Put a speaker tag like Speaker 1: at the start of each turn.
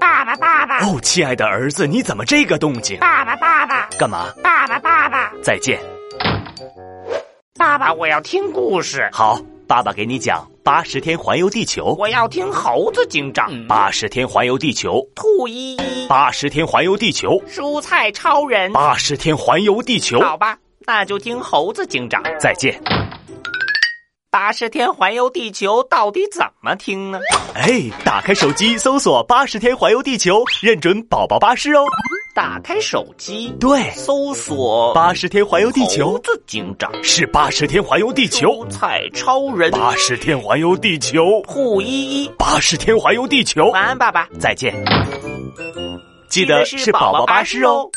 Speaker 1: 爸爸，爸爸，
Speaker 2: 哦，亲爱的儿子，你怎么这个动静？
Speaker 1: 爸爸，爸爸，
Speaker 2: 干嘛？
Speaker 1: 爸爸，爸爸，
Speaker 2: 再见。
Speaker 1: 爸爸，我要听故事，
Speaker 2: 好，爸爸给你讲《八十天环游地球》。
Speaker 1: 我要听猴子警长、
Speaker 2: 八十天环游地球，
Speaker 1: 兔依依、
Speaker 2: 八十天环游地球，
Speaker 1: 蔬菜超人。
Speaker 2: 八十天环游地球。
Speaker 1: 好吧，那就听猴子警长。
Speaker 2: 再见。
Speaker 1: 八十天环游地球到底怎么听呢？
Speaker 2: 哎，打开手机搜索《八十天环游地球》，认准宝宝巴士哦。
Speaker 1: 打开手机，
Speaker 2: 对，
Speaker 1: 搜索
Speaker 2: 八十天环游地球
Speaker 1: 猴子警长、
Speaker 2: 是八十天环游地球，
Speaker 1: 蔬菜超人、
Speaker 2: 八十天环游地球，
Speaker 1: 兔依依。
Speaker 2: 八十天环游地球。
Speaker 1: 晚安，爸爸。
Speaker 2: 再见，记得是宝宝巴士哦。